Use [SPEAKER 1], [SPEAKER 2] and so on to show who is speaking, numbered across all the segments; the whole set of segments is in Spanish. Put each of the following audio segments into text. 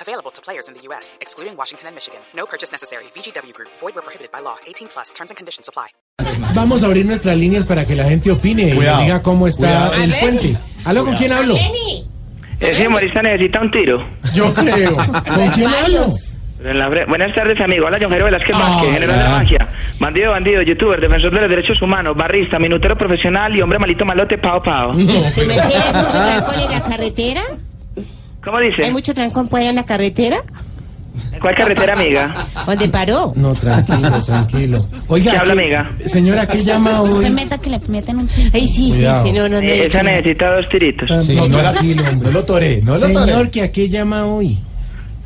[SPEAKER 1] Available to players in the U.S., excluding Washington and Michigan. No purchase necessary. VGW Group, void were prohibited by law. 18 plus terms and conditions apply.
[SPEAKER 2] Vamos a abrir nuestras líneas para que la gente opine y nos
[SPEAKER 3] Cuidado.
[SPEAKER 2] diga cómo está
[SPEAKER 3] Cuidado.
[SPEAKER 2] el puente. ¿Aló con quién hablo?
[SPEAKER 4] Eh, sí, Marisa necesita un tiro.
[SPEAKER 2] Yo creo. ¿Con quién hablo?
[SPEAKER 4] Pero en la bre- Buenas tardes, amigo. Hola, John Jairo Velázquez
[SPEAKER 2] Ah,
[SPEAKER 4] Vázquez, general de
[SPEAKER 3] hola.
[SPEAKER 4] la magia. Bandido, bandido, youtuber, defensor de los derechos humanos, barrista, minutero profesional y hombre malito malote, pao pao.
[SPEAKER 2] Mm.
[SPEAKER 5] ¿Se me sea, hay mucho trancón en la carretera?
[SPEAKER 4] ¿Cómo dice?
[SPEAKER 5] ¿Hay mucho trancón por allá en la carretera?
[SPEAKER 4] ¿En cuál carretera, amiga?
[SPEAKER 5] ¿Dónde paró?
[SPEAKER 2] No, tranquilo, tranquilo. Oiga,
[SPEAKER 4] ¿Qué habla,
[SPEAKER 2] ¿qué-
[SPEAKER 4] amiga?
[SPEAKER 2] Señora, ¿qué llama
[SPEAKER 6] se
[SPEAKER 2] hoy?
[SPEAKER 6] meta que le meten un
[SPEAKER 5] Ay, sí, sí,
[SPEAKER 2] Cuidado.
[SPEAKER 5] sí, no, no, no.
[SPEAKER 4] Eh, esa
[SPEAKER 5] no.
[SPEAKER 4] necesita dos tiritos.
[SPEAKER 3] Sí,
[SPEAKER 2] no,
[SPEAKER 3] no, la-
[SPEAKER 2] tranquilo, hombre.
[SPEAKER 3] no lo toré, no lo
[SPEAKER 2] Señor,
[SPEAKER 3] toré.
[SPEAKER 2] ¿que ¿a qué llama hoy?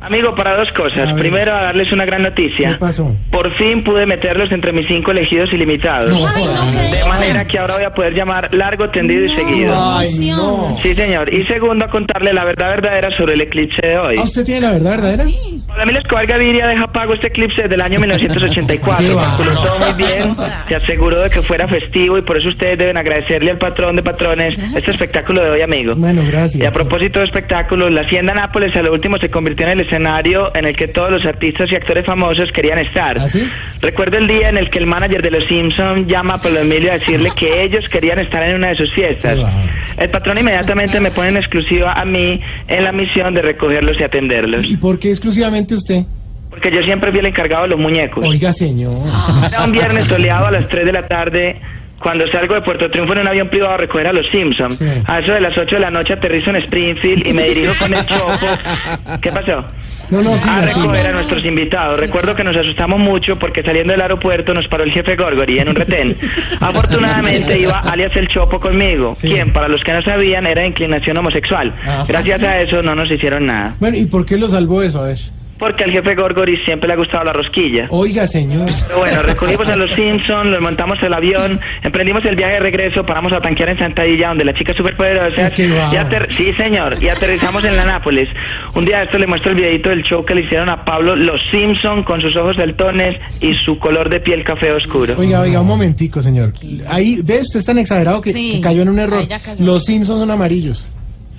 [SPEAKER 4] Amigo, para dos
[SPEAKER 2] Ah. A
[SPEAKER 4] cosas.
[SPEAKER 2] ver.
[SPEAKER 4] Primero, a darles una gran
[SPEAKER 2] ¿Qué
[SPEAKER 4] noticia.
[SPEAKER 2] pasó?
[SPEAKER 4] Por fin pude meterlos entre mis cinco elegidos ilimitados.
[SPEAKER 2] No,
[SPEAKER 6] Ay, no, qué
[SPEAKER 4] De manera que ahora voy a poder llamar largo, tendido y seguido.
[SPEAKER 3] Ay, no.
[SPEAKER 4] Sí, señor. Y segundo, a contarle la verdad verdadera sobre el eclipse de hoy.
[SPEAKER 2] ¿Ah, ¿Usted tiene la verdad verdadera?
[SPEAKER 4] Hola, Emilio Escobar Gaviria deja pago este eclipse del año
[SPEAKER 2] Qué
[SPEAKER 4] 1984.
[SPEAKER 2] va.
[SPEAKER 4] Calculó todo muy bien, se aseguró de que fuera festivo y por eso ustedes deben agradecerle al patrón de patrones este espectáculo de hoy, amigo.
[SPEAKER 2] Bueno, gracias.
[SPEAKER 4] Y a propósito de espectáculos, la Hacienda Nápoles a lo último se convirtió en el escenario en el que todos los artistas y actores famosos querían estar.
[SPEAKER 2] ¿Ah, sí?
[SPEAKER 4] Recuerdo el día en el que el manager de Los Simpson llama a Pablo Emilio a decirle que ellos querían estar en una de sus fiestas.
[SPEAKER 2] Qué bárbaro.
[SPEAKER 4] El patrón inmediatamente me pone en exclusiva a mí en la misión de recogerlos y atenderlos.
[SPEAKER 2] ¿Y por qué exclusivamente usted?
[SPEAKER 4] Porque yo siempre fui el encargado de los muñecos.
[SPEAKER 2] Oiga, señor.
[SPEAKER 4] Era Pues- un viernes soleado a las 3 de la tarde. Cuando salgo de Puerto Triunfo en un avión privado a recoger a los Simpsons,
[SPEAKER 2] Sí.
[SPEAKER 4] a eso de las 8 de la noche aterrizo en Springfield y me dirijo con el chopo. ¿Qué pasó?
[SPEAKER 2] No, no,
[SPEAKER 4] A
[SPEAKER 2] siga,
[SPEAKER 4] Ah, recoger a
[SPEAKER 2] siga.
[SPEAKER 4] nuestros invitados. Recuerdo que nos asustamos mucho porque saliendo del aeropuerto nos paró el jefe Gorgori en un retén. Afortunadamente iba alias el chopo conmigo,
[SPEAKER 2] Sí.
[SPEAKER 4] quien para los que no sabían era de inclinación homosexual.
[SPEAKER 2] Ajá.
[SPEAKER 4] Gracias a eso no nos hicieron nada.
[SPEAKER 2] Bueno, ¿y por qué lo salvó eso? A ver.
[SPEAKER 4] Porque al jefe Gorgori siempre le ha gustado la rosquilla.
[SPEAKER 2] Oiga, señor.
[SPEAKER 4] Pero Bueno, recogimos a los Simpsons, los montamos al avión, emprendimos el viaje de regreso, paramos a tanquear en Santadilla, donde las chicas superpoderosas.
[SPEAKER 2] Qué guau.
[SPEAKER 4] y ater- sí, señor, y aterrizamos en la Nápoles. Un día de esto le muestro el videito del show que le hicieron a Pablo los Simpson con sus ojos deltones y su color de piel café oscuro.
[SPEAKER 2] Oiga, oiga, un momentico, señor. Ahí, ¿ves? Usted es tan exagerado que,
[SPEAKER 6] Sí.
[SPEAKER 2] que cayó en un error.
[SPEAKER 6] Ahí ya cayó.
[SPEAKER 2] Los Simpsons son amarillos.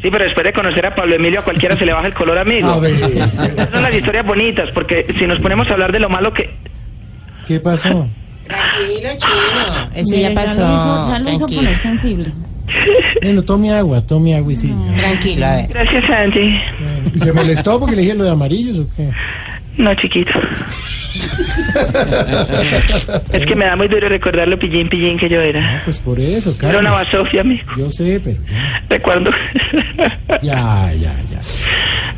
[SPEAKER 4] Sí, pero después de conocer a Pablo Emilio, a cualquiera se le baja el color, amigo.
[SPEAKER 2] A ver,
[SPEAKER 4] Esas son las historias bonitas, porque si nos ponemos a hablar de lo malo que.
[SPEAKER 2] ¿qué pasó?
[SPEAKER 5] Tranquilo, chino. Eso
[SPEAKER 6] Mire,
[SPEAKER 5] ya pasó.
[SPEAKER 6] Ya lo hizo, ya lo hizo
[SPEAKER 5] tranquilo.
[SPEAKER 6] poner sensible.
[SPEAKER 2] Bueno, tome agua, tome agua y sí.
[SPEAKER 5] tranquilo, a ver.
[SPEAKER 4] Gracias, Andy.
[SPEAKER 2] ¿Y se molestó porque le dije lo de amarillos o qué?
[SPEAKER 4] No, chiquito. es que me da muy duro recordar lo pillín pillín que yo era.
[SPEAKER 2] Pues por eso,
[SPEAKER 4] Era una
[SPEAKER 2] Carlos.
[SPEAKER 4] basofia, amigo.
[SPEAKER 2] Yo sé, pero
[SPEAKER 4] Recuerdo,
[SPEAKER 2] ya, ya, ya.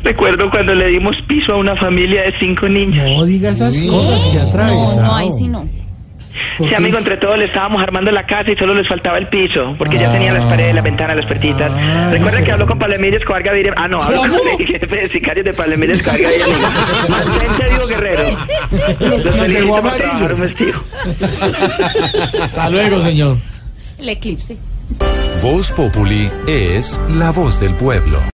[SPEAKER 4] recuerdo cuando le dimos piso a una familia de cinco niños.
[SPEAKER 2] No diga esas cosas que
[SPEAKER 6] No,
[SPEAKER 2] atravesado.
[SPEAKER 6] no, ahí sí no.
[SPEAKER 2] ¿Por
[SPEAKER 4] Sí,
[SPEAKER 2] qué
[SPEAKER 4] amigo,
[SPEAKER 2] es-
[SPEAKER 4] entre todos le estábamos armando la casa y solo les faltaba el piso, porque
[SPEAKER 2] Ah.
[SPEAKER 4] ya tenían las paredes, las ventanas, las puertitas.
[SPEAKER 2] Ah,
[SPEAKER 4] Recuerda
[SPEAKER 2] sí.
[SPEAKER 4] que habló con Pablo Emilio Escobar Gaviria. Ah, no, habló con el jefe de sicarios de Pablo Emilio Escobar Gaviria. amigo. Mantente vivo, guerrero.
[SPEAKER 2] Nos-
[SPEAKER 4] Los
[SPEAKER 2] nos
[SPEAKER 4] felicito
[SPEAKER 2] llegó
[SPEAKER 4] por trabajar un
[SPEAKER 2] amarillos.
[SPEAKER 4] festivo.
[SPEAKER 3] Hasta luego, señor.
[SPEAKER 6] El eclipse.
[SPEAKER 7] Voz Populi es la voz del pueblo.